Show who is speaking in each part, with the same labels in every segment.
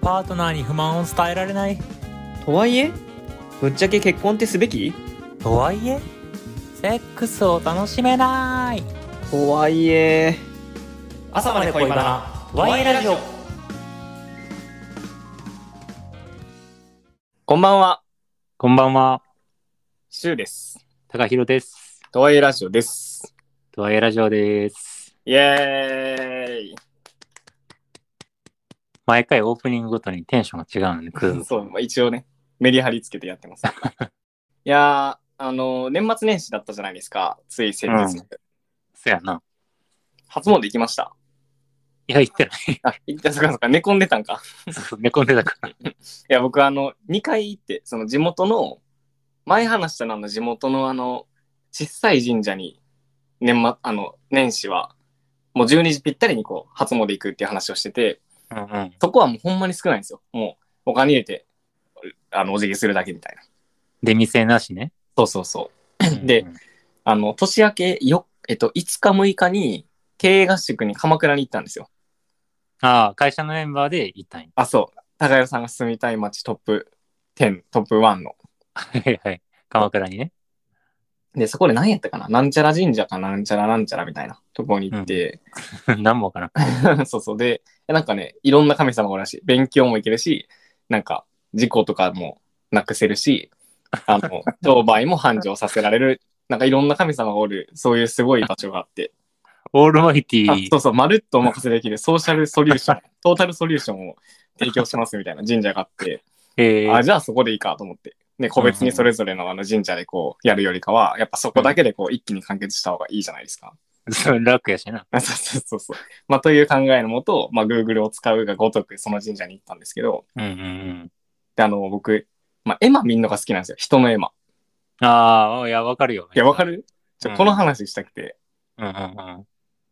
Speaker 1: パートナーに不満を伝えられない
Speaker 2: とはいえぶっちゃけ結婚ってすべき
Speaker 1: とはいえセックスを楽しめない
Speaker 2: とはいえ朝まで恋バ
Speaker 1: ナ
Speaker 2: ナ YA ラジオこんばんは
Speaker 3: こんばんは、
Speaker 2: シュウです
Speaker 3: 高弘です。
Speaker 2: とはいえラジオです
Speaker 3: とはいえラジオです。
Speaker 2: イエーイ
Speaker 3: 毎回オープニングごとにテンションが違う ので、クズ。
Speaker 2: そう、まあ、一応ね、メリハリつけてやって ます。いやー、あのー年末年始だったじゃないですか、つい先日。
Speaker 3: うんそやな。
Speaker 2: 初詣行きました。
Speaker 3: いや、言って ない。
Speaker 2: あ、行った、そっかそっか、寝込んでたんか。
Speaker 3: 寝込んでたから。
Speaker 2: いや、僕、あの、2回行って、その地元の、前話したのあの地元のあの、小さい神社に、年末、あの、年始は、もう12時ぴったりにこう、初詣行くっていう話をしてて、
Speaker 3: うんうん。
Speaker 2: そこはもうほんまに少ないんですよ。もう、お金入れて、あの、お辞儀するだけみたいな。
Speaker 3: 出店なし ね。
Speaker 2: そうそうそう。で
Speaker 3: うんうん、
Speaker 2: あの、年明けよ、えっと、5日6日に、経営合宿に鎌倉に行ったんですよ。
Speaker 3: ああ、会社のメンバーで行ったんや。
Speaker 2: あ、そう。高代さんが住みたい街トップ10、トップ1の。
Speaker 3: はいはい。 鎌倉にね。
Speaker 2: で、そこで何やったかななんちゃら神社かなんちゃらなんちゃらみたいなところに行って、
Speaker 3: 何もわからん。
Speaker 2: そうそう。で、なんかね、いろんな神様がおるらしい。勉強もいけるし、なんか、事故とかもなくせるし、あ の、商売も繁盛させられる、なんかいろんな神様がおる、そういうすごい場所があって、
Speaker 3: オールマイティ
Speaker 2: あ
Speaker 3: ー
Speaker 2: そう。そう、まるっとお任せできるソーシャルソリュー ション、トータルソリューションを提供しますみたいな神社があって、
Speaker 3: えー
Speaker 2: あ、じゃあそこでいいかと思って。で、個別にそれぞれのあの神社でこうやるよりかは、やっぱそこだけでこう一気に完結した方がいいじゃないですか。
Speaker 3: そう 楽やし な。
Speaker 2: そうそうそうそう。まあという考えのもと、まあ Google を使うがごとくその神社に行ったんですけど、
Speaker 3: うんうんうん。
Speaker 2: で、あの、僕、まあ絵馬見んのが好きなんですよ。人の絵馬。
Speaker 3: ああ、いや、わかるよ。
Speaker 2: いや、わかるちょ
Speaker 3: うん
Speaker 2: この話したくて、
Speaker 3: うんうん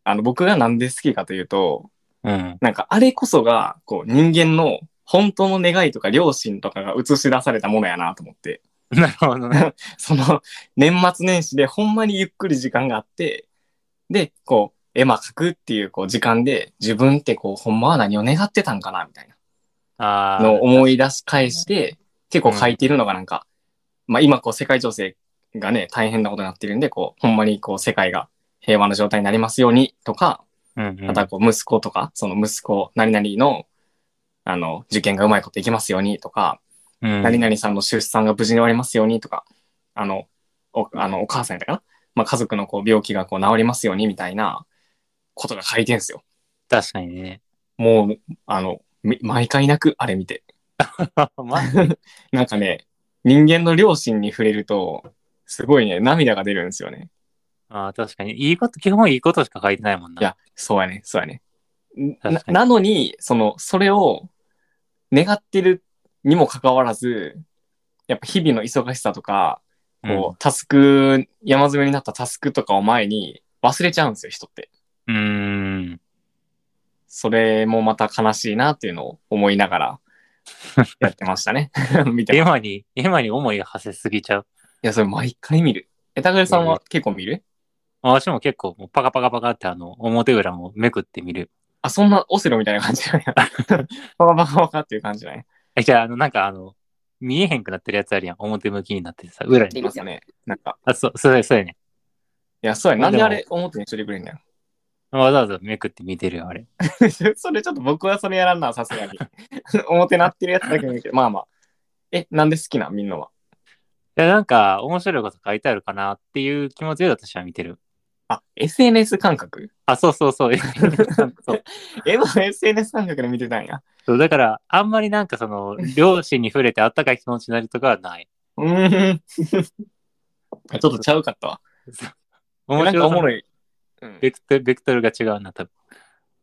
Speaker 2: あの、僕がなんで好きかというと、
Speaker 3: うん。うん。
Speaker 2: なんかあれこそが、こう人間の本当の願いとか良心とかが映し出されたものやなと思って、
Speaker 3: なるほど ね。
Speaker 2: その年末年始でほんまにゆっくり時間があって、で、こう、絵馬描くっていうこう時間で自分ってこうほんまは何を願ってたんかなみたい
Speaker 3: あ
Speaker 2: なのを思い出し返して、結構書いてるのがなんか、まあ今こう世界情勢がね大変なことになってるんで、こうほんまにこう世界が平和な状態になりますようにとか、
Speaker 3: あ。うんうん
Speaker 2: またこう息子とか、その息子、何々の、あの、受験がうまいこといきますようにとか、
Speaker 3: うん
Speaker 2: 何々さんの出産が無事に終わりますようにとか、あの、おあのお母さんやったかな、まあ、家族のこう病気がこう治りますようにみたいなことが書いてんすよ。
Speaker 3: 確かに ね。
Speaker 2: もう、あの、み毎回泣く、あれ見て。
Speaker 3: まあ
Speaker 2: なんかね、人間の良心に触れると、すごいね、涙が出るんですよね。
Speaker 3: ああ、確かに。いいこと、基本いいことしか書いてないもんな。
Speaker 2: いや、そうやね、そうやね。な
Speaker 3: 確かに
Speaker 2: なのに、その、それを願ってるにもかかわらず、やっぱ日々の忙しさとか、こう、タスク、山積みになったタスクとかを前に忘れちゃうんですよ、人って。
Speaker 3: うーん。
Speaker 2: それもまた悲しいなっていうのを思いな がらやってましたね。 見て
Speaker 3: エ
Speaker 2: ます。い
Speaker 3: マに、エマに思い馳せすぎちゃう。
Speaker 2: や、それ毎回見る。え、たぐるさんは結構見る
Speaker 3: 私も結構もうパカパカパカってあの、表裏もめくってみる。
Speaker 2: あ、そんなオセロみたいな感じじゃないパカパカパカっていう感じじゃない
Speaker 3: え、じゃあ、あの、なんかあの、見えへんくなってるやつあるやん。表向きになってさ、裏
Speaker 2: い
Speaker 3: に。
Speaker 2: ますよね。なんか、
Speaker 3: あ、そう、そうや、そうやね。
Speaker 2: いや、そうやね。
Speaker 3: ま
Speaker 2: な
Speaker 3: あ
Speaker 2: んで
Speaker 3: でも
Speaker 2: あれ表に一人くれんだよ。
Speaker 3: わざわざめくって見てるよ、あれ。
Speaker 2: それちょっと僕はそれやらんな、さすがに。 表なってるやつだけ見るけど、まあまあ。え、なんで好きなんみんなは。
Speaker 3: いや、なんか、面白いこと書いてあるかなっていう気持ちで私は見てる。
Speaker 2: あ、SNS 感覚
Speaker 3: あ、そうそう そう。 そう
Speaker 2: え、まあ SNS 感覚で見てたんや。
Speaker 3: そうだから、あんまりなんかその、両親に触れてあったかい気持ちになるとかはない。
Speaker 2: うーん。あちょっとちゃうかったわ。 え
Speaker 3: 面
Speaker 2: なんか
Speaker 3: 白
Speaker 2: おもろ
Speaker 3: い。
Speaker 2: い。うん、
Speaker 3: ベクトル、ベクトルが違うな、多分。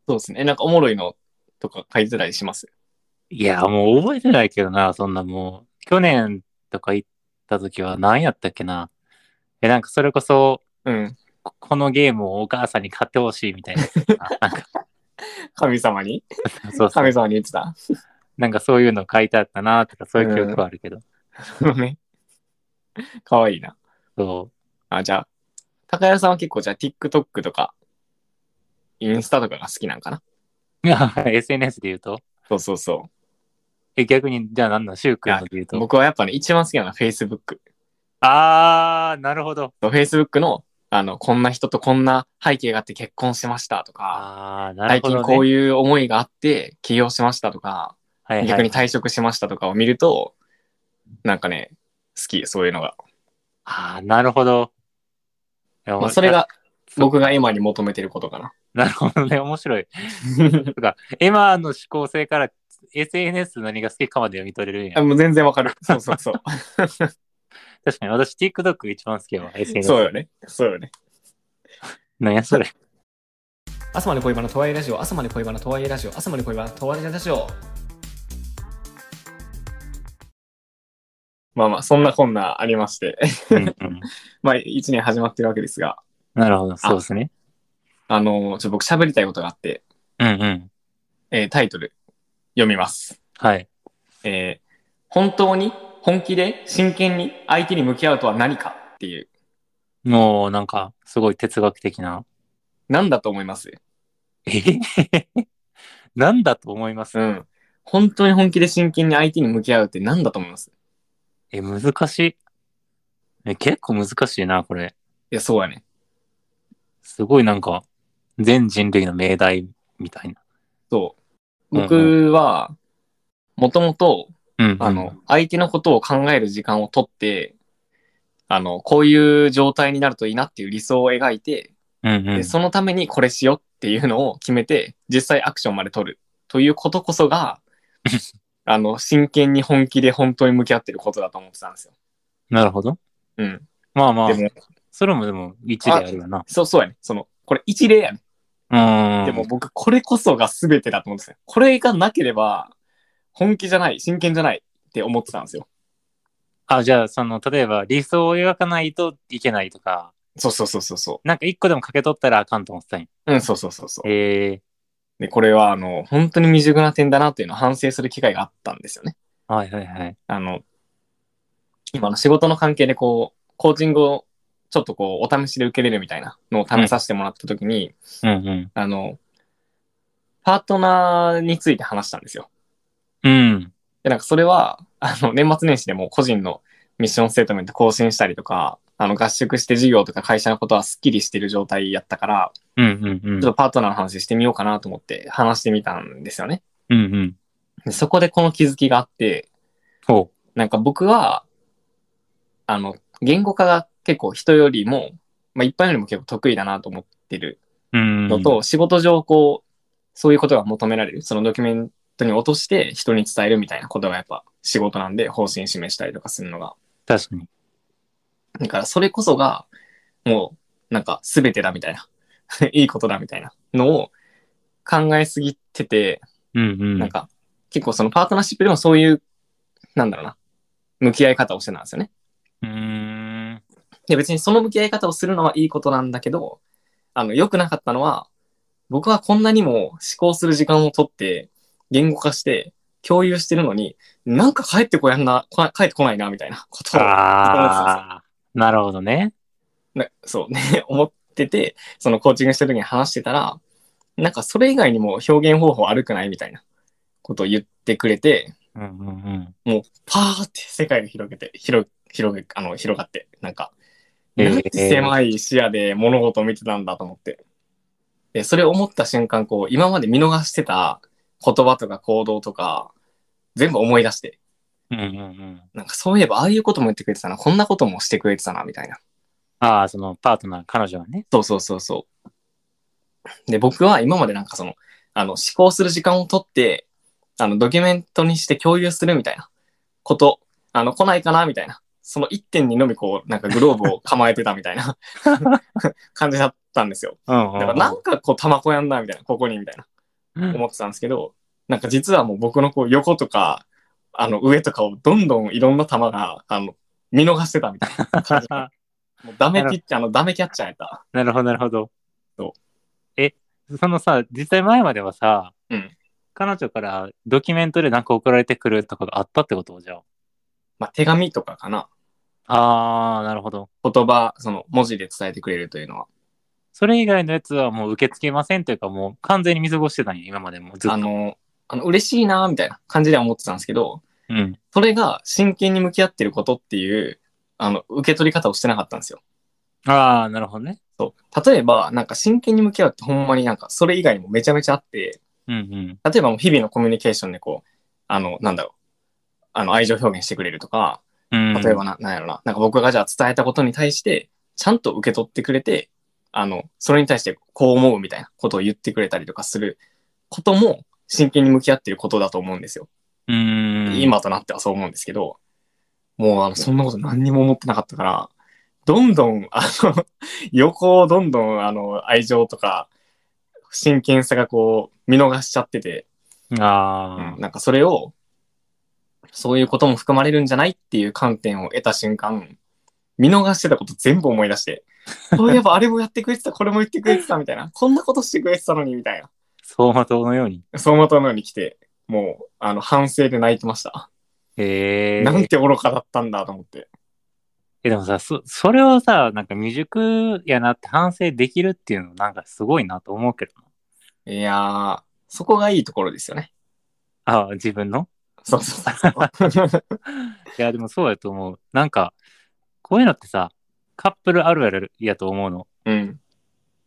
Speaker 2: そうですね。えなんかおもろいのとか書いてたりします。
Speaker 3: いや、もう覚えてないけどな、そんなもう。去年とか行った時は何やったっけな。え、なんかそれこそ、
Speaker 2: うん。
Speaker 3: ここのゲームをお母さんに買ってほしいみ たいな。なんか、
Speaker 2: 神様に
Speaker 3: そうそう。
Speaker 2: 神様に言ってた。
Speaker 3: なんかそういうの書いてあったな、とかそういう記憶はあるけど。
Speaker 2: ね。かわいいな。
Speaker 3: そ
Speaker 2: あ、じゃあ、高谷さんは結構じゃあ TikTok とか、インスタとかが好きなんかな
Speaker 3: う。いや SNS で言うと
Speaker 2: そうそうそう。
Speaker 3: え、逆に、じゃあ何の、シュウ君ので言うと。
Speaker 2: 僕はやっぱね、一番好きなのは Facebook。
Speaker 3: あー、なるほど。
Speaker 2: Facebook の、あの、こんな人とこんな背景があって結婚しましたとか、
Speaker 3: あー、なる
Speaker 2: 最
Speaker 3: ほど、
Speaker 2: 近
Speaker 3: ね。
Speaker 2: こういう思いがあって起業しましたとか、
Speaker 3: はいはい
Speaker 2: 逆に退職しましたとかを見ると、なんかね、好き、そういうのが。
Speaker 3: あー、なるほど。いや
Speaker 2: まあ、それ、が
Speaker 3: そう
Speaker 2: 僕が今に求めてることかな。
Speaker 3: なるほどね、面 白い。とか、今の思考性から SNS 何が好きかまで読み取れるんや
Speaker 2: あ。もう全然わ かる。そうそうそう。
Speaker 3: 確かに私 TikTok 一番好きやわ、SNS。
Speaker 2: そうよね。そうよね。
Speaker 3: なんやそれ。
Speaker 1: 朝まで恋バナとはいえラジオ朝まで恋バナとはいえラジオ朝まで恋バナとはいえラジオ
Speaker 2: まあまあ、そんなこんなありまして。
Speaker 3: うんうん
Speaker 2: まあ、一年始まってるわけですが、
Speaker 3: なるほど、そうですね。
Speaker 2: あの、ちょっと僕喋りたいことがあって、
Speaker 3: うんうん。
Speaker 2: えータイトル読みます。
Speaker 3: はい。
Speaker 2: えー本当に本気で真剣に相手に向き合うとは何かっていう、
Speaker 3: もうなんか、すごい哲学的な。
Speaker 2: なんだと思います
Speaker 3: え へへへなんだと思います
Speaker 2: うん。本当に本気で真剣に相手に向き合うってなんだと思います
Speaker 3: え、難しい。え、結構難しいな、これ。
Speaker 2: いや、そうやね。
Speaker 3: すごいなんか、全人類の命題みたいな。
Speaker 2: そう。
Speaker 3: うんうん
Speaker 2: 僕は、もともと、
Speaker 3: うんうん
Speaker 2: あの、、相手のことを考える時間をとって、あの、こういう状態になるといいなっていう理想を描いて、
Speaker 3: うんうん
Speaker 2: で、そのためにこれしようっていうのを決めて、実際アクションまで取るということこ そが、あの、真剣に本気で本当に向き合ってることだと思ってたんですよ。
Speaker 3: なるほど。
Speaker 2: うん。
Speaker 3: まあまあ
Speaker 2: で、も、
Speaker 3: それもでも一例あるよな。
Speaker 2: そう、そうやね。その、これ一例やね。
Speaker 3: うーん。
Speaker 2: でも、僕、これこそが全てだと思ってたよ。これがなければ、本気じゃない、真剣じゃないって思ってたんですよ。
Speaker 3: あ、じゃあ、その、例えば理想を描かないといけないとか、
Speaker 2: そうそうそうそうそ
Speaker 3: なんか一個でもかけ取ったらあかんと思ってたんや。
Speaker 2: う。うん、そうそうそうそう。
Speaker 3: ええ
Speaker 2: で、これは、あの、本当に未熟な点だなっていうのを反省する機会があったんですよね。
Speaker 3: はいはいはい。
Speaker 2: あの、今の仕事の関係でこう、コーチングをちょっとこう、お試しで受けれるみたいなのを試させてもらった時に、
Speaker 3: うんうん。
Speaker 2: あの、パートナーについて話したんですよ。
Speaker 3: うん。
Speaker 2: で、なんかそれは、あの、年末年始でも個人のミッションステートメント更新したりとか、あの、合宿して事業とか会社のことはスッキリしてる状態やったから、
Speaker 3: うんうんうん。
Speaker 2: ちょっとパートナーの話してみようかなと思って話してみたんですよね。
Speaker 3: うんうん。
Speaker 2: でそこでこの気づきがあって、
Speaker 3: ほ
Speaker 2: なんか僕は、あの、言語化が結構人よりも、まあ一般よりも結構得意だなと思ってる
Speaker 3: う。うん。
Speaker 2: のと、、仕事上こう、そういうことが求められる。そのドキュメントに落として人に伝えるみたいなことがやっぱ仕事なんで方針示したりとかするのが。
Speaker 3: 確かに。
Speaker 2: だからそれこそが、もうなんか全てだみたいな、 いいことだみたいなのを考えすぎてて、
Speaker 3: うんうん。
Speaker 2: なんか結構そのパートナーシップでもそういう、なんだろうな、向き合い方をしてたんですよね。
Speaker 3: うーん。
Speaker 2: で、別にその向き合い方をするのはいいことなんだけど、あの、良くなかったのは、僕はこんなにも思考する時間をとって、言語化して、共有してるのに、なんか帰ってこやんな、こ帰ってこないな、みたいなことを、
Speaker 3: ああ。なるほどね。
Speaker 2: なそうね、 思ってて、そのコーチングした時に話してたら、なんかそれ以外にも表現方法悪くないみたいなことを言ってくれて、
Speaker 3: うんうんうん。
Speaker 2: もう、パーって世界が広げて、広、広げ、あの、広がって、なんか、
Speaker 3: えー
Speaker 2: なんて狭い視野で物事を見てたんだと思って。で、それを思った瞬間、こう、今まで見逃してた言葉とか行動とか、全部思い出して、
Speaker 3: うんうんうん。
Speaker 2: なんかそういえば、ああいうことも言ってくれてたな、こんなこともしてくれてたな、みたいな。
Speaker 3: ああ、そのパートナー、彼女はね。
Speaker 2: そうそうそうそう。で、僕は今までなんかその、あの、思考する時間をとって、あの、ドキュメントにして共有するみたいなこと、あの、来ないかなみたいな。その一点にのみこう、なんかグローブを構えてたみた いな感じだったんですよ。
Speaker 3: うんうん。
Speaker 2: だからなんかこう、タマコやんな、みたいな、ここに、みたいな、思ってたんですけど、なんか実はもう僕のこう、横とか、あの、上とかをどんどんいろんな球が、あの、見逃してたみたいな感 じもうダメピッチャー、あの、ダメキャッチャーやった。
Speaker 3: なるほど、なるほど。
Speaker 2: そう
Speaker 3: え、そのさ、実際前まではさ、
Speaker 2: うん
Speaker 3: 彼女からドキュメントでなんか送られてくるとかがあったってことじゃ
Speaker 2: まあ、手紙とかかな。
Speaker 3: あ。あー、なるほど。
Speaker 2: 言葉、その、文字で伝えてくれるというのは。
Speaker 3: それ以外のやつはもう受け付けませんというか、もう完全に見過ごしてたんや、今までもずっ
Speaker 2: あ
Speaker 3: と。
Speaker 2: の、あの、嬉しいなーみたいな感じでは思ってたんですけど、
Speaker 3: うん。
Speaker 2: それが真剣に向き合ってることっていう、あの、受け取り方をしてなかったんですよ。
Speaker 3: ああ、なるほどね。
Speaker 2: そう。例えば、なんか真剣に向き合うってほんまになんか、それ以外にもめちゃめちゃあって、
Speaker 3: うんうん。
Speaker 2: 例えばもう日々のコミュニケーションでこう、あの、なんだろう、あの、愛情表現してくれるとか、
Speaker 3: うん、
Speaker 2: 例えばな、なんやろな、なんか僕がじゃあ伝えたことに対して、ちゃんと受け取ってくれて、あの、それに対してこう思うみたいなことを言ってくれたりとかすることも、真剣に向き合ってることだと思うんですよ。
Speaker 3: うん、、
Speaker 2: 今となってはそう思うんですけど、もうあの、そんなこと何にも思ってなかったから、どんどん、あの、 横をどんどん、あの、愛情とか、真剣さがこう、見逃しちゃってて、
Speaker 3: ああ、
Speaker 2: なんかそれを、そういうことも含まれるんじゃないっていう観点を得た瞬間、見逃してたこと全部思い出して、そういえばあれもやってくれてた、これも言ってくれてたみたいな、こんなことしてくれてたのにみたいな、
Speaker 3: 相馬灯のように。
Speaker 2: 走馬灯のように来て、もう、あの、反省で泣いてました。
Speaker 3: へえ。
Speaker 2: なんて愚かだったんだと思って。
Speaker 3: え、でもさ、そ、それをさ、なんか未熟やなって反省できるっていうの、なんかすごいなと思うけどな。
Speaker 2: いやー、そこがいいところですよね。
Speaker 3: ああ、自分の
Speaker 2: そうそうそうそう。
Speaker 3: いや、でもそうやと思う。なんか、こういうのってさ、カップルあるあるやと思うの。
Speaker 2: うん。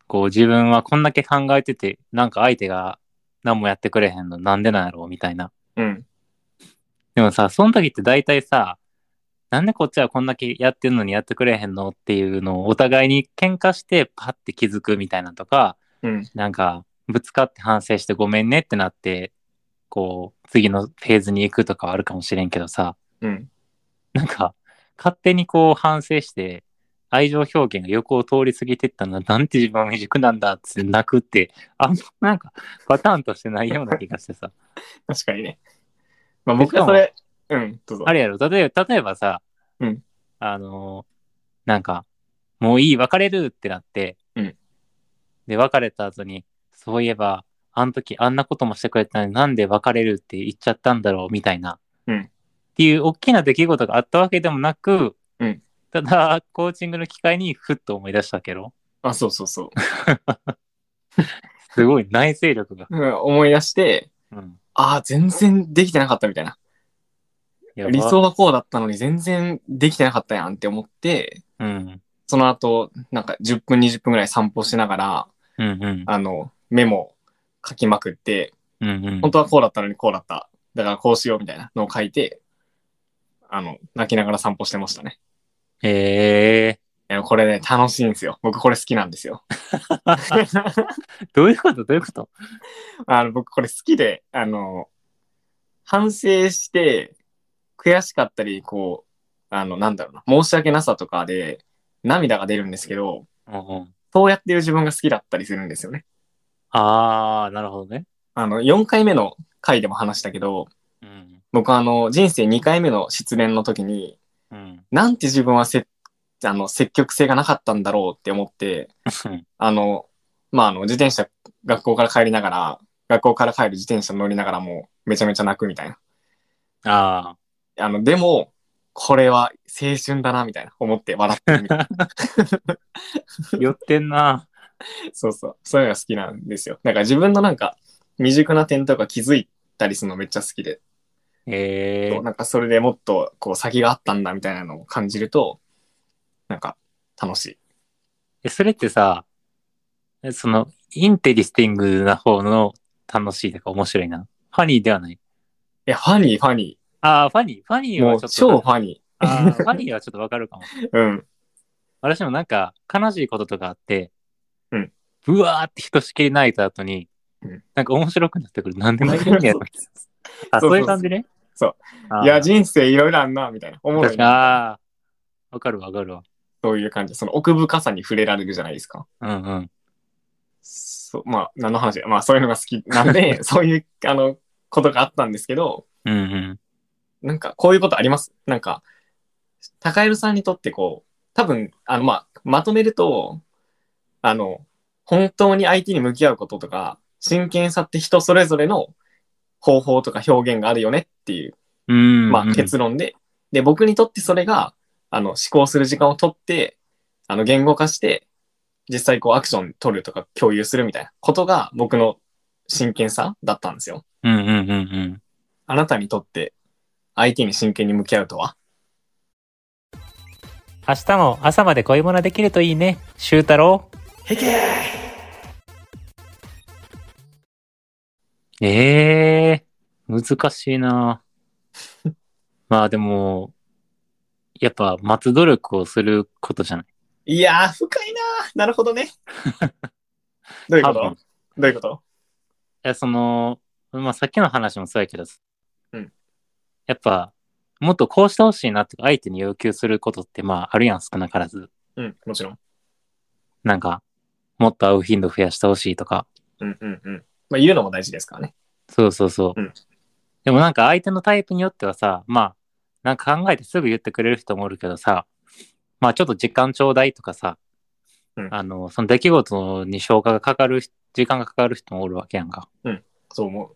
Speaker 3: こう、自分はこんだけ考えてて、なんか相手が何もやってくれへんの、なんでなんやろうみたいな。
Speaker 2: うん。
Speaker 3: でもさ、その時って大体さ、なんでこっちはこんだけやってんのにやってくれへんのっていうのをお互いに喧嘩してパッて気づくみたいなとか、
Speaker 2: うん。
Speaker 3: なんか、ぶつかって反省してごめんねってなって、こう、次のフェーズに行くとかはあるかもしれんけどさ、
Speaker 2: うん。
Speaker 3: なんか、勝手にこう反省して、愛情表現が横を通り過ぎてったのは、なんて自分は未熟なんだって泣くって、あんまなんか、パターンとしてないような気がしてさ。
Speaker 2: 確かにね。まあ僕はそれ、うん、どうぞ。
Speaker 3: あれやろ、例えば、例えばさ、
Speaker 2: うん
Speaker 3: あのーなんか、もういい、別れるってなって、
Speaker 2: うん
Speaker 3: で、別れた後に、そういえば、あの時あんなこともしてくれたのになんで別れるって言っちゃったんだろう、みたいな。
Speaker 2: うん
Speaker 3: っていう大きな出来事があったわけでもなく、
Speaker 2: うん
Speaker 3: ただ、コーチングの機会にふっと思い出したけど、
Speaker 2: あ、そうそうそう。
Speaker 3: すごい内省力が。
Speaker 2: うん思い出して、
Speaker 3: うん
Speaker 2: ああ、全然できてなかったみたいな。
Speaker 3: やば
Speaker 2: 理想はこうだったのに全然できてなかったやんって思って、
Speaker 3: うん。
Speaker 2: その後、なんか10分20分ぐらい散歩しながら、
Speaker 3: うんうん。
Speaker 2: あの、メモ書きまくって、
Speaker 3: うんうん。
Speaker 2: 本当はこうだったのにこうだった。だからこうしようみたいなのを書いて、あの、泣きながら散歩してましたね。
Speaker 3: え
Speaker 2: いやこれね、楽しいんですよ。僕これ好きなんです よ。
Speaker 3: ー、どういうことどういうこと
Speaker 2: あの、僕これ好きで、あの、反省して、悔しかったり、こう、あの、なんだろうな、申し訳なさとかで、涙が出るんですけど、
Speaker 3: うんうん
Speaker 2: そうやってる自分が好きだったりするんですよね。
Speaker 3: ああ、なるほどね。
Speaker 2: あの、4回目の回でも話したけど、
Speaker 3: うん。
Speaker 2: 僕あの、人生2回目の失恋の時に、
Speaker 3: うん。
Speaker 2: なんて自分はせ、あの、積極性がなかったんだろうって思って、あの、まあ、あの、自転車、学校から帰りながら、学校から帰る自転車乗りながらもう、めちゃめちゃ泣くみたいな。
Speaker 3: ああ。
Speaker 2: あの、でも、これは青春だな、みたいな、思って笑ってるみたい な。
Speaker 3: 寄ってんな。
Speaker 2: そうそう。そういうのが好きなんですよ。なんか自分のなんか、未熟な点とか気づいたりするのめっちゃ好きで、
Speaker 3: え
Speaker 2: そうなんかそれでもっと、こう、先があったんだ、みたいなのを感じると、なんか、楽しい。
Speaker 3: え。それってさ、えその、インテリスティングな方の楽しいとか面白いな。ファニーではない。
Speaker 2: いや、ファニー、ファニ
Speaker 3: ああ、ファニー。ファニ
Speaker 2: ー。
Speaker 3: ーは
Speaker 2: も
Speaker 3: ちょ
Speaker 2: う、
Speaker 3: っと。
Speaker 2: 超ファニ
Speaker 3: あーファニーはちょっとわかるかも。
Speaker 2: ー。うん。
Speaker 3: 私もなんか、悲しいこととかあって、
Speaker 2: うん。
Speaker 3: ぶわーってひとしきり泣いた後に、
Speaker 2: うん
Speaker 3: なんか面白くなってくる。なんで泣いてん ねやろ。あ、
Speaker 2: そうそうそう
Speaker 3: そういう感じね。
Speaker 2: そう
Speaker 3: あー。
Speaker 2: いや、人生いろいろあんな、みたいな。思う
Speaker 3: 確かに。
Speaker 2: な。
Speaker 3: ああ。わかるわかるわ。
Speaker 2: そういう感じ。その奥深さに触れられるじゃないですか。
Speaker 3: うんうん。
Speaker 2: そう、まあ、何の話まあ、そういうのが好きな んで、そういう、あの、ことがあったんですけど、
Speaker 3: うんうん。
Speaker 2: なんか、こういうことありますなんか、高エルさんにとって、こう、多分、あの、まあ、まとめると、あの、本当に相手に向き合うこととか、真剣さって人それぞれの方法とか表現があるよねっていう、
Speaker 3: うん。
Speaker 2: まあ、結論で、で、僕にとってそれが、あの、思考する時間を取って、あの、言語化して、実際こうアクション取るとか共有するみたいなことが僕の真剣さだったんですよ。
Speaker 3: うんうんうんうん。
Speaker 2: あなたにとって相手に真剣に向き合うとは
Speaker 3: 明日も朝まで恋物できるといいね。修太郎。
Speaker 1: へけー
Speaker 3: ええ難しい なまあでも、やっぱ待つ努力をすることじゃない。
Speaker 2: いやー、深いなー。なるほ どね。どういうこ
Speaker 3: 多
Speaker 2: と
Speaker 3: 分
Speaker 2: どういうこと
Speaker 3: いや、その、まあさっきの話もそうやけど、
Speaker 2: うん
Speaker 3: やっぱ、もっとこうしてほしいなって相手に要求することってまああるやん、少なからず。
Speaker 2: うん、もちろん。
Speaker 3: なんか、もっと会う頻度増やしてほしいとか。
Speaker 2: うんうんうん。まあ、言うのも大事ですからね。
Speaker 3: そうそうそう。
Speaker 2: うん
Speaker 3: でもなんか相手のタイプによってはさ、まあ、なんか考えてすぐ言ってくれる人もおるけどさ、まあちょっと時間ちょうだいとかさ、
Speaker 2: うん
Speaker 3: あの、その出来事に消化がかかる人、時間がかかる人もおるわけやんか。
Speaker 2: そう思う。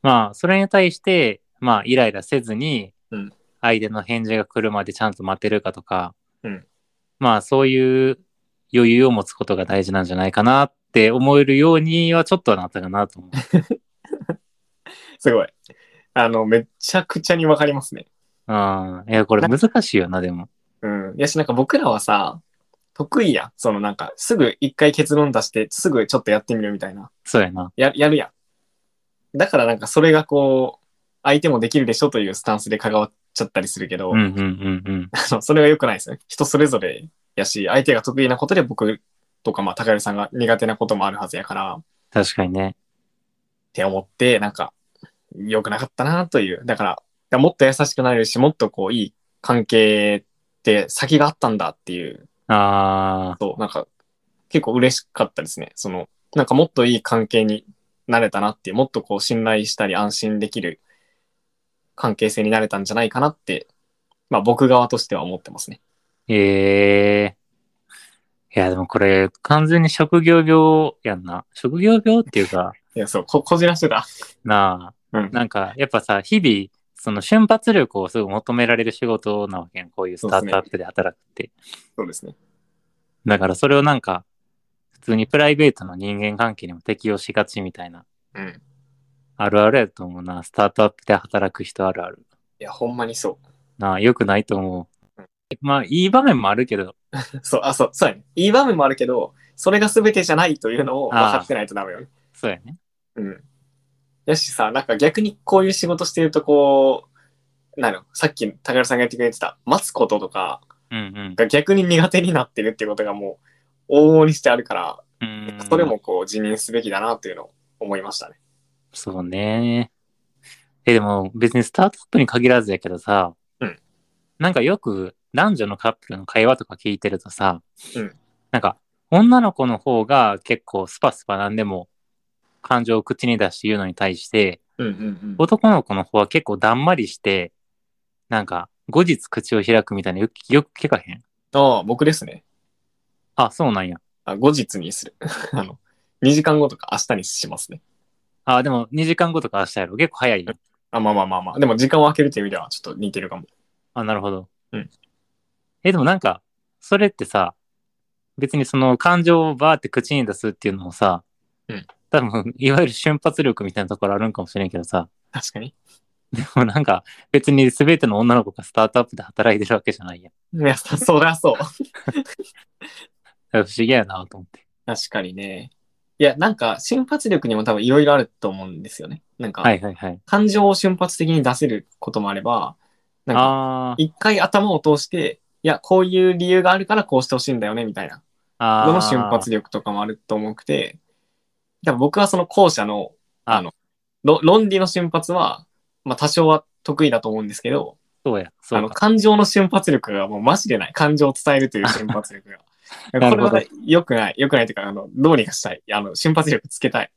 Speaker 3: まあ、それに対して、まあ、イライラせずに
Speaker 2: うん、
Speaker 3: 相手の返事が来るまでちゃんと待てるかとか、
Speaker 2: うん
Speaker 3: まあ、そういう余裕を持つことが大事なんじゃないかなって思えるようにはちょっとはなったかなと 思う。
Speaker 2: すごい。あの、めちゃくちゃにわかりますね。
Speaker 3: うん。いや、これ難しいよな、でも。
Speaker 2: うん。いやし、なんか僕らはさ、得意やん。そのなんか、すぐ一回結論出して、すぐちょっとやってみるみたいな。
Speaker 3: そうやな。
Speaker 2: や、やるやん。だからなんか、それがこう、相手もできるでしょというスタンスで関わっちゃったりするけど、
Speaker 3: うんうんうんうん。
Speaker 2: あのそれは良くないですね。人それぞれやし、相手が得意なことで僕とか、まあ、高橋さんが苦手なこともあるはずやから、っ
Speaker 3: 確かにね。
Speaker 2: て思って、なんか、良くなかったなという。だから、だからもっと優しくなれるし、もっとこう、いい関係って先があったんだっていう
Speaker 3: あ
Speaker 2: と、なんか、結構嬉しかったですね。その、なんかもっといい関係になれたなっていう、もっとこう、信頼したり安心できる関係性になれたんじゃないかなって、まあ、僕側としては思ってますね。
Speaker 3: ー、えー。いや、でもこれ、完全に職業病やんな。職業病っていうか、
Speaker 2: いや、そう、こ、こじらしてた。
Speaker 3: なあ、
Speaker 2: うん
Speaker 3: なんか、やっぱさ、日々、その瞬発力をすごい求められる仕事なわけやん。こういうスタートアップで働くって。
Speaker 2: そうですね。
Speaker 3: だからそれをなんか、普通にプライベートの人間関係にも適用しがちみたいな。
Speaker 2: うん。
Speaker 3: あるあるやと思うな。スタートアップで働く人あるある。
Speaker 2: いや、ほんまにそ
Speaker 3: なあ、良くないと思う。まあ、いい場面もあるけど、
Speaker 2: う。 そう、あ、そう、そうやね。いい場面もあるけど、それが全てじゃないというのを分
Speaker 3: あー
Speaker 2: かってないとダメよね。
Speaker 3: そうやね。
Speaker 2: うん。やしさ、なんか逆にこういう仕事してるとこう、なの、さっき高田さんが言ってくれてた、待つこととか
Speaker 3: うん
Speaker 2: が逆に苦手になってるってことがもう、往々にしてあるから、
Speaker 3: うん。うん
Speaker 2: それ。もこう、辞任すべきだなっていうのを思いましたね。
Speaker 3: そうね。え、でも別にスタートアップに限らずやけどさ、
Speaker 2: うん
Speaker 3: なんかよく男女のカップルの会話とか聞いてるとさ、
Speaker 2: うん
Speaker 3: なんか女の子の方が結構スパスパなんでも感情を口に出して言うのに対して、
Speaker 2: うんうんうん。
Speaker 3: 男の子の方は結構だんまりして、なんか後日口を開くみたいなよくよく聞かへん。
Speaker 2: ああ、僕ですね。
Speaker 3: あ、そうなんや。
Speaker 2: あ、後日にする。 あの、2時間後とか明日にしますね。
Speaker 3: あ、でも2時間後とか明日やろ。結構早いやん。
Speaker 2: あ、まあまあまあまあ。でも時間を空けるという意味ではちょっと似てるかも。
Speaker 3: あ、なるほど。
Speaker 2: うん。
Speaker 3: え、でもなんか、それってさ、別にその感情をバーって口に出すっていうのもさ、
Speaker 2: うん。
Speaker 3: 多分、いわゆる瞬発力みたいなところあるんかもしれんけどさ、
Speaker 2: 確かに。
Speaker 3: でもなんか、別に全ての女の子がスタートアップで働いてるわけじゃないやん。
Speaker 2: いや、 そそりゃそう。
Speaker 3: だから不思議やなと思って。
Speaker 2: 確かにね。いや、なんか瞬発力にも多分いろいろあると思うんですよね。なんか、
Speaker 3: はいはいはい。
Speaker 2: 感情を瞬発的に出せることもあれば、なんか、
Speaker 3: あー
Speaker 2: 一回頭を通して、いや、こういう理由があるからこうしてほしいんだよね、みたいな。
Speaker 3: あー。
Speaker 2: どの瞬発力とかもあると思うくて、だから僕はその後者の、
Speaker 3: あ
Speaker 2: あの、ろ論理の瞬発は、まあ多少は得意だと思うんですけど、
Speaker 3: そうや。そ
Speaker 2: あ
Speaker 3: う
Speaker 2: の、
Speaker 3: か。
Speaker 2: 感情の瞬発力がもうマジでない。感情を伝えるという瞬発 力が。
Speaker 3: な
Speaker 2: こ
Speaker 3: る
Speaker 2: れ
Speaker 3: ほど
Speaker 2: は良くない。良くないというか、あの、どうにかしたい。あの、瞬発力つけたい。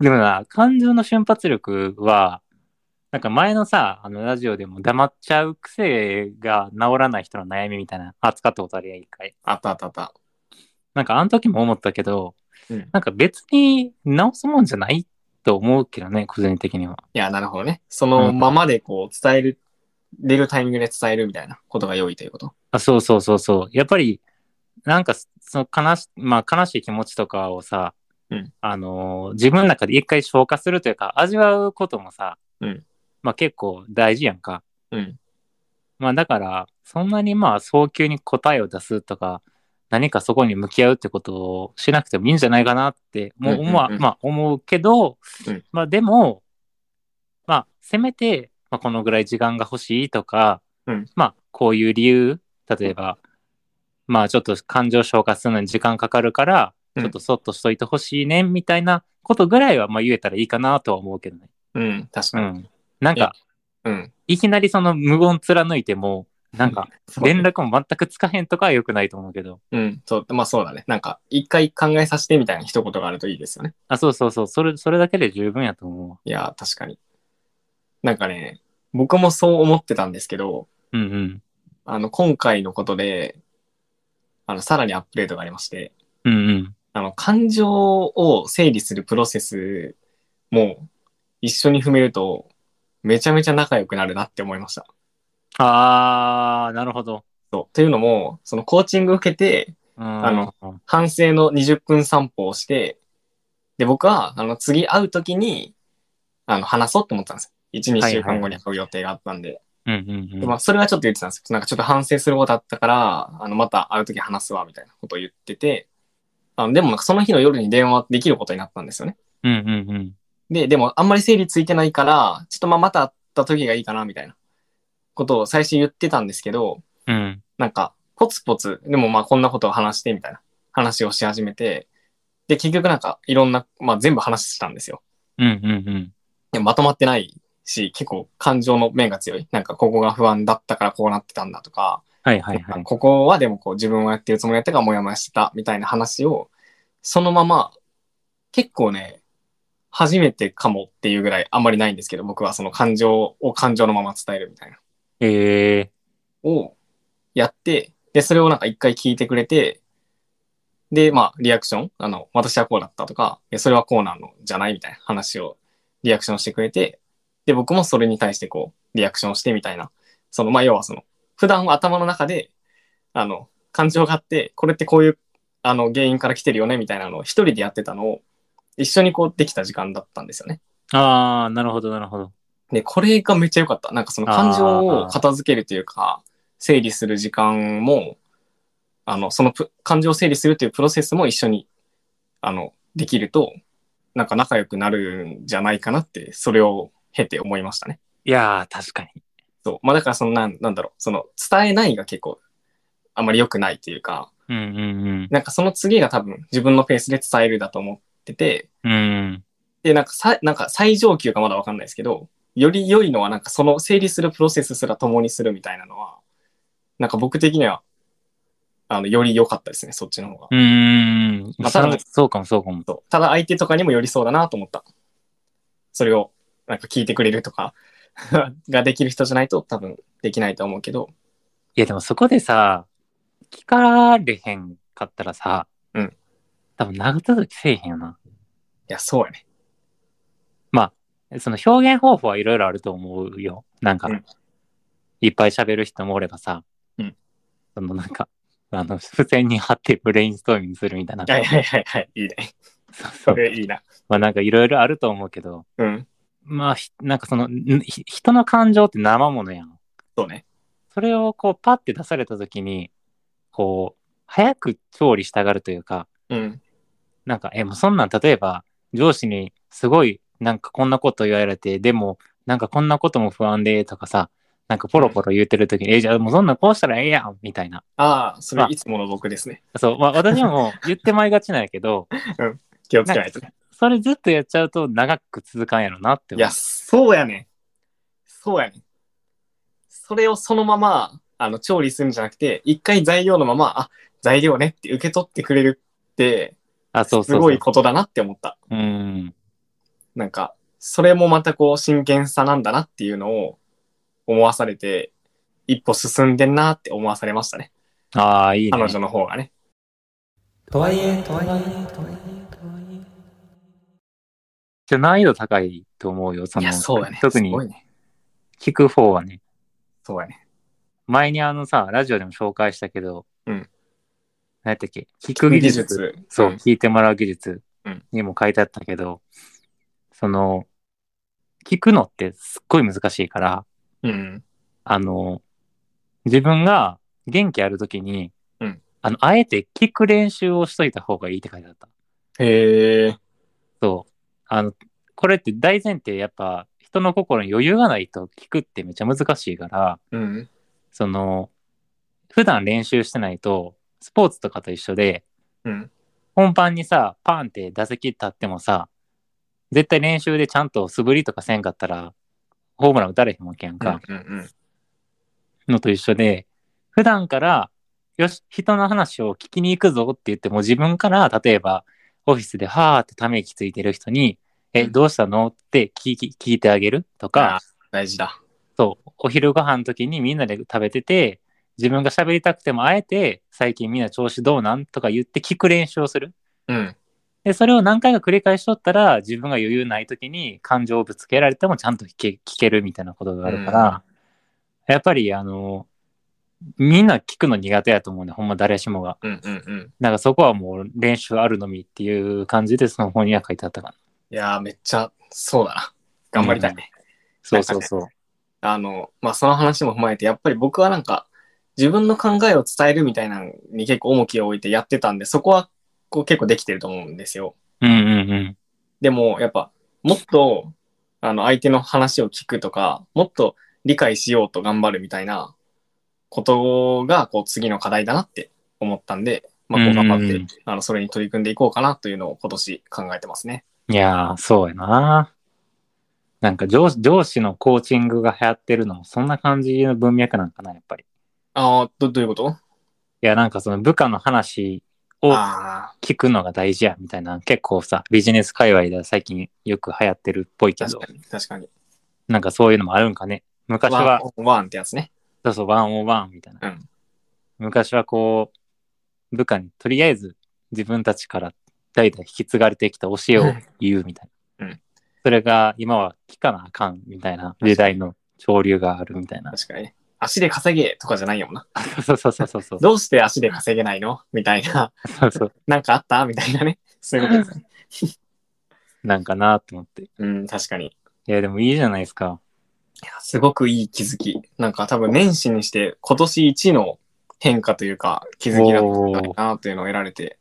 Speaker 3: でもな、感情の瞬発力は、なんか前のさ、あのラジオでも黙っちゃう癖が治らない人の悩みみたいな扱ったことあるやん、一回。
Speaker 2: あったあったあった。
Speaker 3: なんかあの時も思ったけど、
Speaker 2: うん。い
Speaker 3: なんか別に直すもんじゃないと思うけどね、個人的には。
Speaker 2: や、なるほどね。そのままでこう、伝える、出るタイミングで伝えるみたいなことが良いということ。
Speaker 3: あそうそうそうそう。やっぱり、なんかその悲し、まあ、悲しい気持ちとかをさ、
Speaker 2: うん
Speaker 3: あのー自分の中で一回消化するというか、味わうこともさ、
Speaker 2: うん
Speaker 3: まあ結構大事やんか。
Speaker 2: うん。
Speaker 3: まあだから、そんなにまあ早急に答えを出すとか、何かそこに向き合うってことをしなくてもいいんじゃないかなって、も
Speaker 2: う
Speaker 3: う、
Speaker 2: んうんうん
Speaker 3: まあ、まあ思うけど、
Speaker 2: うん
Speaker 3: まあでも、まあせめて、まあ、このぐらい時間が欲しいとか、
Speaker 2: うん
Speaker 3: まあこういう理由、例えば、まあちょっと感情消化するのに時間かかるから、
Speaker 2: うん
Speaker 3: ちょっとそっとしといてほしいね、みたいなことぐらいはまあ言えたらいいかなとは思うけどね。
Speaker 2: うん、確
Speaker 3: う
Speaker 2: かに。
Speaker 3: ん。なんか、
Speaker 2: うん。
Speaker 3: いきなりその無言貫いても、なんか、連絡も全くつかへんとかは良くないと思うけど。
Speaker 2: うん、そう、まあそうだね。なんか、一回考えさせてみたいな一言があるといいですよね。
Speaker 3: あ、そうそうそう。それ、それだけで十分やと思
Speaker 2: いやー、確かに。なんかね、僕もそう思ってたんですけど、
Speaker 3: う。うんうん。
Speaker 2: あの、今回のことで、あの、さらにアップデートがありまして、
Speaker 3: うんうん。
Speaker 2: あの、感情を整理するプロセスも一緒に踏めると、めちゃめちゃ仲良くなるなって思いました。
Speaker 3: あー、なるほど。
Speaker 2: そう。というのも、そのコーチング受けて、
Speaker 3: あ
Speaker 2: あの、反省の20分散歩をして、で、僕は、あの、次会う時に、あの、話そうって思ってたんですよ。1、2
Speaker 3: はいはい
Speaker 2: 週間後に会う予定があったんで。
Speaker 3: うんうんう
Speaker 2: でま
Speaker 3: ん。
Speaker 2: あ、それはちょっと言ってたんですよ。なんかちょっと反省することあったから、あの、また会う時話すわ、みたいなことを言ってて、あの、でもなんかその日の夜に電話できることになったんですよね。
Speaker 3: うんうんうん。
Speaker 2: で、でもあんまり整理ついてないから、ちょっとまあまた会った時がいいかなみたいなことを最初言ってたんですけど、
Speaker 3: うん。
Speaker 2: なんかポツポツ、でもまあこんなことを話してみたいな話をし始めて、で、結局なんかいろんな、まあ全部話したんですよ。
Speaker 3: うんうんうん。
Speaker 2: でまとまってないし、結構感情の面が強い。なんかここが不安だったからこうなってたんだとか、
Speaker 3: はいはいはい。
Speaker 2: ここはでもこう自分はやってるつもりだったからモヤモヤしてたみたいな話を、そのまま、結構ね、初めてかもっていうぐらいあんまりないんですけど、僕はその感情を感情のまま伝えるみたいな、
Speaker 3: え
Speaker 2: をやって、で、それをなんか一回聞いてくれて、で、まあ、リアクション、あの、私はこうだったとか、いやそれはこうなのじゃないみたいな話をリアクションしてくれて、で、僕もそれに対してこう、リアクションしてみたいな、その、まあ、要はその、普段は頭の中で、あの、感情があって、これってこういう、あの、原因から来てるよねみたいなのを一人でやってたのを、一緒にこう、できた時間だったんですよね。
Speaker 3: ー。あー、なるほどなるほど。
Speaker 2: で、これがめっちゃ良かった。なんかその感情を片付けるというか、整理する時間も、あの、そのプ感情を整理するというプロセスも一緒に、あの、できると、なんか仲良くなるんじゃないかなって、それを経て思いましたね。
Speaker 3: いやー、確かに。
Speaker 2: そう。まあだからそのなん、なんだろう、その伝えないが結構、あまり良くないというか、
Speaker 3: うんうん
Speaker 2: なんかその次が多分自分のペースで伝えるだと思ってて、
Speaker 3: うん。うん。
Speaker 2: で、なんかさ、なんか最上級かまだわかんないですけど、より良いのはなんかその整理するプロセスすら共にするみたいなのは、なんか僕的には、あの、より良かったですね、そっちの方が。
Speaker 3: うーん。
Speaker 2: まあただ
Speaker 3: そうかもそうかも。
Speaker 2: そうただ相手とかにも寄りそうだなと思った。それを、なんか聞いてくれるとか、 ができる人じゃないと多分できないと思うけど、
Speaker 3: いやでもそこでさ、聞かれへんかったらさ、
Speaker 2: うん。
Speaker 3: 多分長続きせえへんよな。
Speaker 2: いや、そうやね。
Speaker 3: その表現方法はいろいろあると思うよ。なんか、
Speaker 2: うん
Speaker 3: いっぱい喋る人もおればさ、
Speaker 2: うん。
Speaker 3: そのなんか、あの、付箋に貼ってブレインストーミングするみたいな。
Speaker 2: はいはいはいはい、いいね。
Speaker 3: そうそ。
Speaker 2: そうれいいな。
Speaker 3: まあなんかいろいろあると思うけど、
Speaker 2: うん、
Speaker 3: まあ、ひなんかその、んひ人の感情って生ものやん。
Speaker 2: そうね。
Speaker 3: それをこうパッて出された時にこう早く調理したがるというか
Speaker 2: うん、
Speaker 3: なんかえもうそんなん例えば上司にすごいなんかこんなこと言われてでもなんかこんなことも不安でとかさなんかポロポロ言ってる時に、えじゃあもうそんなんこうしたらええやんみたいな
Speaker 2: ああ、それいつもの僕ですね。
Speaker 3: そう、まあ、私も言ってまいがちなんやけど
Speaker 2: 気をつけないとね。
Speaker 3: それずっとやっちゃうと長く続かんやろなって
Speaker 2: い
Speaker 3: 思う
Speaker 2: や、そうやねん。そうやねん。それをそのまま、あの、調理するんじゃなくて、一回材料のまま、あ、材料ねって受け取ってくれるって、
Speaker 3: あそうそう
Speaker 2: す
Speaker 3: そう
Speaker 2: ごいことだなって思った。
Speaker 3: うん
Speaker 2: なんか、それもまたこう、真剣さなんだなっていうのを思わされて、一歩進んでんなって思わされましたね。
Speaker 3: ああいいね
Speaker 2: 彼女の方がね。
Speaker 1: とはいえ、とはいえ、とはいえ、とはいえ。
Speaker 3: ちょ難易度高いと思うよそ
Speaker 2: い
Speaker 3: の
Speaker 2: や、そうやね。
Speaker 3: 特に
Speaker 2: すごいね。
Speaker 3: 聞く方はね
Speaker 2: そうやね。
Speaker 3: 前にあのさ、ラジオでも紹介したけど、
Speaker 2: うん。
Speaker 3: 何やったっけ聞く技術。
Speaker 2: 技術
Speaker 3: そう、
Speaker 2: うん
Speaker 3: 聞いてもらう技術。
Speaker 2: うん
Speaker 3: にも書いてあったけど、その、聞くのってすっごい難しいから、
Speaker 2: うん。
Speaker 3: あの、自分が元気あるときに、
Speaker 2: うん
Speaker 3: あの、あえて聞く練習をしといた方がいいって書いてあった。
Speaker 2: へえ。
Speaker 3: そう。あの、これって大前提、やっぱ人の心に余裕がないと聞くってめっちゃ難しいから、
Speaker 2: うん。
Speaker 3: その、普段練習してないと、スポーツとかと一緒で、
Speaker 2: うん。
Speaker 3: 本番にさ、パンって打席立ってもさ、絶対練習でちゃんと素振りとかせんかったら、ホームラン打たれへんわけやんか。
Speaker 2: うんうん。
Speaker 3: のと一緒で、普段から、よし、人の話を聞きに行くぞって言っても、自分から、例えば、オフィスで、はーってため息ついてる人に、え、
Speaker 2: うん
Speaker 3: どうしたのって聞き聞いてあげるとか、
Speaker 2: が大事だ。
Speaker 3: そう、お昼ご飯の時にみんなで食べてて、自分が喋りたくても、あえて、最近みんな調子どうなんとか言って聞く練習をする。
Speaker 2: うん。
Speaker 3: で、それを何回か繰り返しとったら、自分が余裕ない時に感情をぶつけられてもちゃんと聞け聞けるみたいなことがあるから、やっぱり、あの、みんな聞くの苦手やと思うね、ほんま誰しもが。
Speaker 2: うんうんうん。
Speaker 3: なんかそこはもう練習あるのみっていう感じで、その本には書いてあったかな。
Speaker 2: いやー、めっちゃ、そうだな。頑張りたい。
Speaker 3: うんそうそうそう。
Speaker 2: あの、まあ、その話も踏まえて、やっぱり僕はなんか、自分の考えを伝えるみたいなのに結構重きを置いてやってたんで、そこはこう結構できてると思うんですよ。
Speaker 3: うんうんうん。
Speaker 2: でも、やっぱ、もっと、あの、相手の話を聞くとか、もっと理解しようと頑張るみたいなことが、こう、次の課題だなって思ったんで、まあ、こう頑張って、
Speaker 3: うんうん
Speaker 2: あの、それに取り組んでいこうかなというのを今年考えてますね。
Speaker 3: いやー、そうやな。なんか上司上司のコーチングが流行ってるのも、そんな感じの文脈なんかな、やっぱり。
Speaker 2: ああ、ど、どういうこと
Speaker 3: いや、なんかその部下の話を
Speaker 2: ああ、
Speaker 3: 聞くのが大事やみたいな結構さビジネス界隈では最近よく流行ってるっぽいけ
Speaker 2: 確
Speaker 3: ど
Speaker 2: かに、確かに。
Speaker 3: なんかそういうのもあるんかね昔
Speaker 2: ワ
Speaker 3: は
Speaker 2: ンオンワンってやつね。
Speaker 3: そうそうワンオンワンみたいな、
Speaker 2: うん
Speaker 3: 昔はこう部下にとりあえず自分たちから代々引き継がれてきた教えを言うみたいな、
Speaker 2: うん
Speaker 3: それが今は聞かなあかんみたいな時代の潮流があるみたいな
Speaker 2: 確かにね。足で稼げとかじゃないよもんな。
Speaker 3: そうそうそうそうそう
Speaker 2: どうして足で稼げないのみたいな。
Speaker 3: そうそう
Speaker 2: なんかあったみたい なね。そういうことですね。
Speaker 3: なんかなと思ってい
Speaker 2: うん、確かに。い
Speaker 3: やでもいいじゃないですか
Speaker 2: や、すごくいい気づき。なんか多分年始にして今年一の変化というか気づきだったなというのを得られて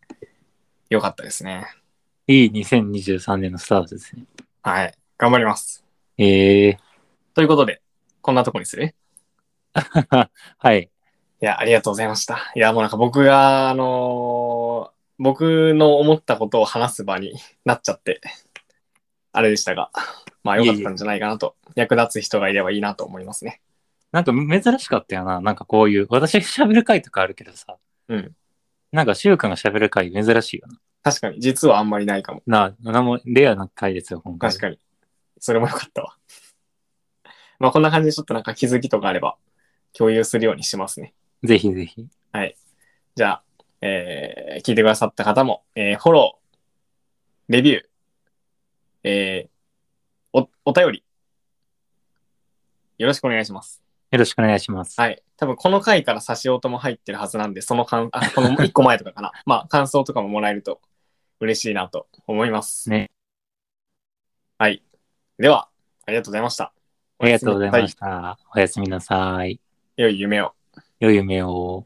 Speaker 2: よかったですね。
Speaker 3: いい2023年のスタートですね
Speaker 2: はい。頑張ります。
Speaker 3: ええ
Speaker 2: ということで、こんなとこにする
Speaker 3: ー、はい。
Speaker 2: いや、ありがとうございました。いや、もうなんか僕が、あのー僕の思ったことを話す場に なっちゃって、あれでしたが、まあ良かったんじゃないかなと、役立つ人がいればいいなと思いますね。
Speaker 3: なんか珍しかったよな。なんかこういう、私喋る回とかあるけどさ。
Speaker 2: うん。
Speaker 3: なんか、しゅうくんが喋る回珍しいよ
Speaker 2: 確かに、実はあんまりないかも。
Speaker 3: な。なあ、なんもレアな回ですよ、今回。
Speaker 2: 確かに。それも良かったわ。まあこんな感じでちょっとなんか気づきとかあれば、共有するようにしますね。
Speaker 3: に。ぜひぜひ。
Speaker 2: じゃあ、えー聞いてくださった方も、えーフォロー、レビュー、えーお、お便り、よろしくお願いします。
Speaker 3: よろしくお願いします。
Speaker 2: はい。多分この回から差し音も入ってるはずなんで、その間、あ、 この1個前とかかな。まあ、感想とかももらえると嬉しいなと思います。
Speaker 3: ね。
Speaker 2: はい。では、ありがとうございました。
Speaker 3: ありがとうございま
Speaker 2: し
Speaker 3: した。おやすみなさい。
Speaker 2: た。良い夢を。
Speaker 3: 良い夢を。